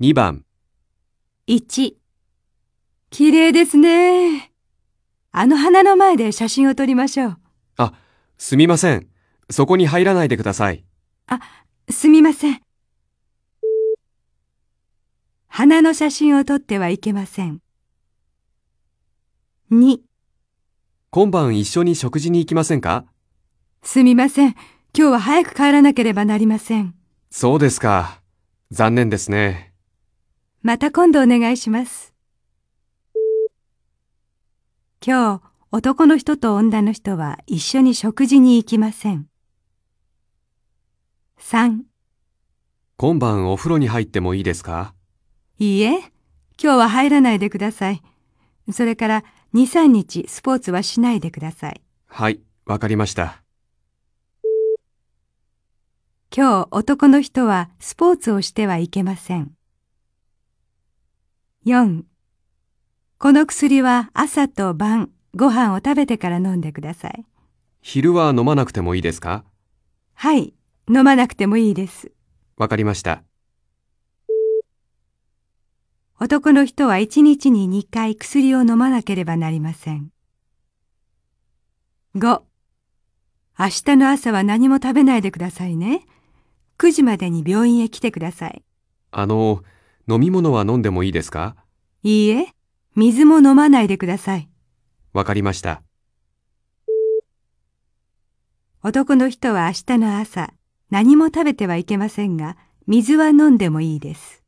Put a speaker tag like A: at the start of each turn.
A: 2番、
B: 1綺麗ですね。あの花の前で写真を撮りましょう。
A: あ、すみません。そこに入らないでください。
B: すみません。花の写真を撮ってはいけません。2
A: 今晩一緒に食事に行きませんか
B: すみません。今日は早く帰らなければなりません。
A: そうですか。残念ですね。
B: また今度お願いします。今日、男の人と女の人は一緒に食事に行きません。3
A: 今晩お風呂に入ってもいいですか
B: いいえ、今日は入らないでください。それから2、3日スポーツはしないでください。
A: はい、わかりました。
B: 今日男の人はスポーツをしてはいけません。4この薬は朝と晩ご飯を食べてから飲んでください。
A: 昼は飲まなくてもいいですか
B: はい、飲まなくてもいいです。
A: わかりました。
B: 男の人は1日に2回薬を飲まなければなりません。5明日の朝は何も食べないでくださいね。9時までに病院へ来てください。
A: あの、飲み物は飲んでもいいですか
B: いいえ、水も飲まないでください。
A: わかりました。
B: 男の人は明日の朝、何も食べてはいけませんが、水は飲んでもいいです。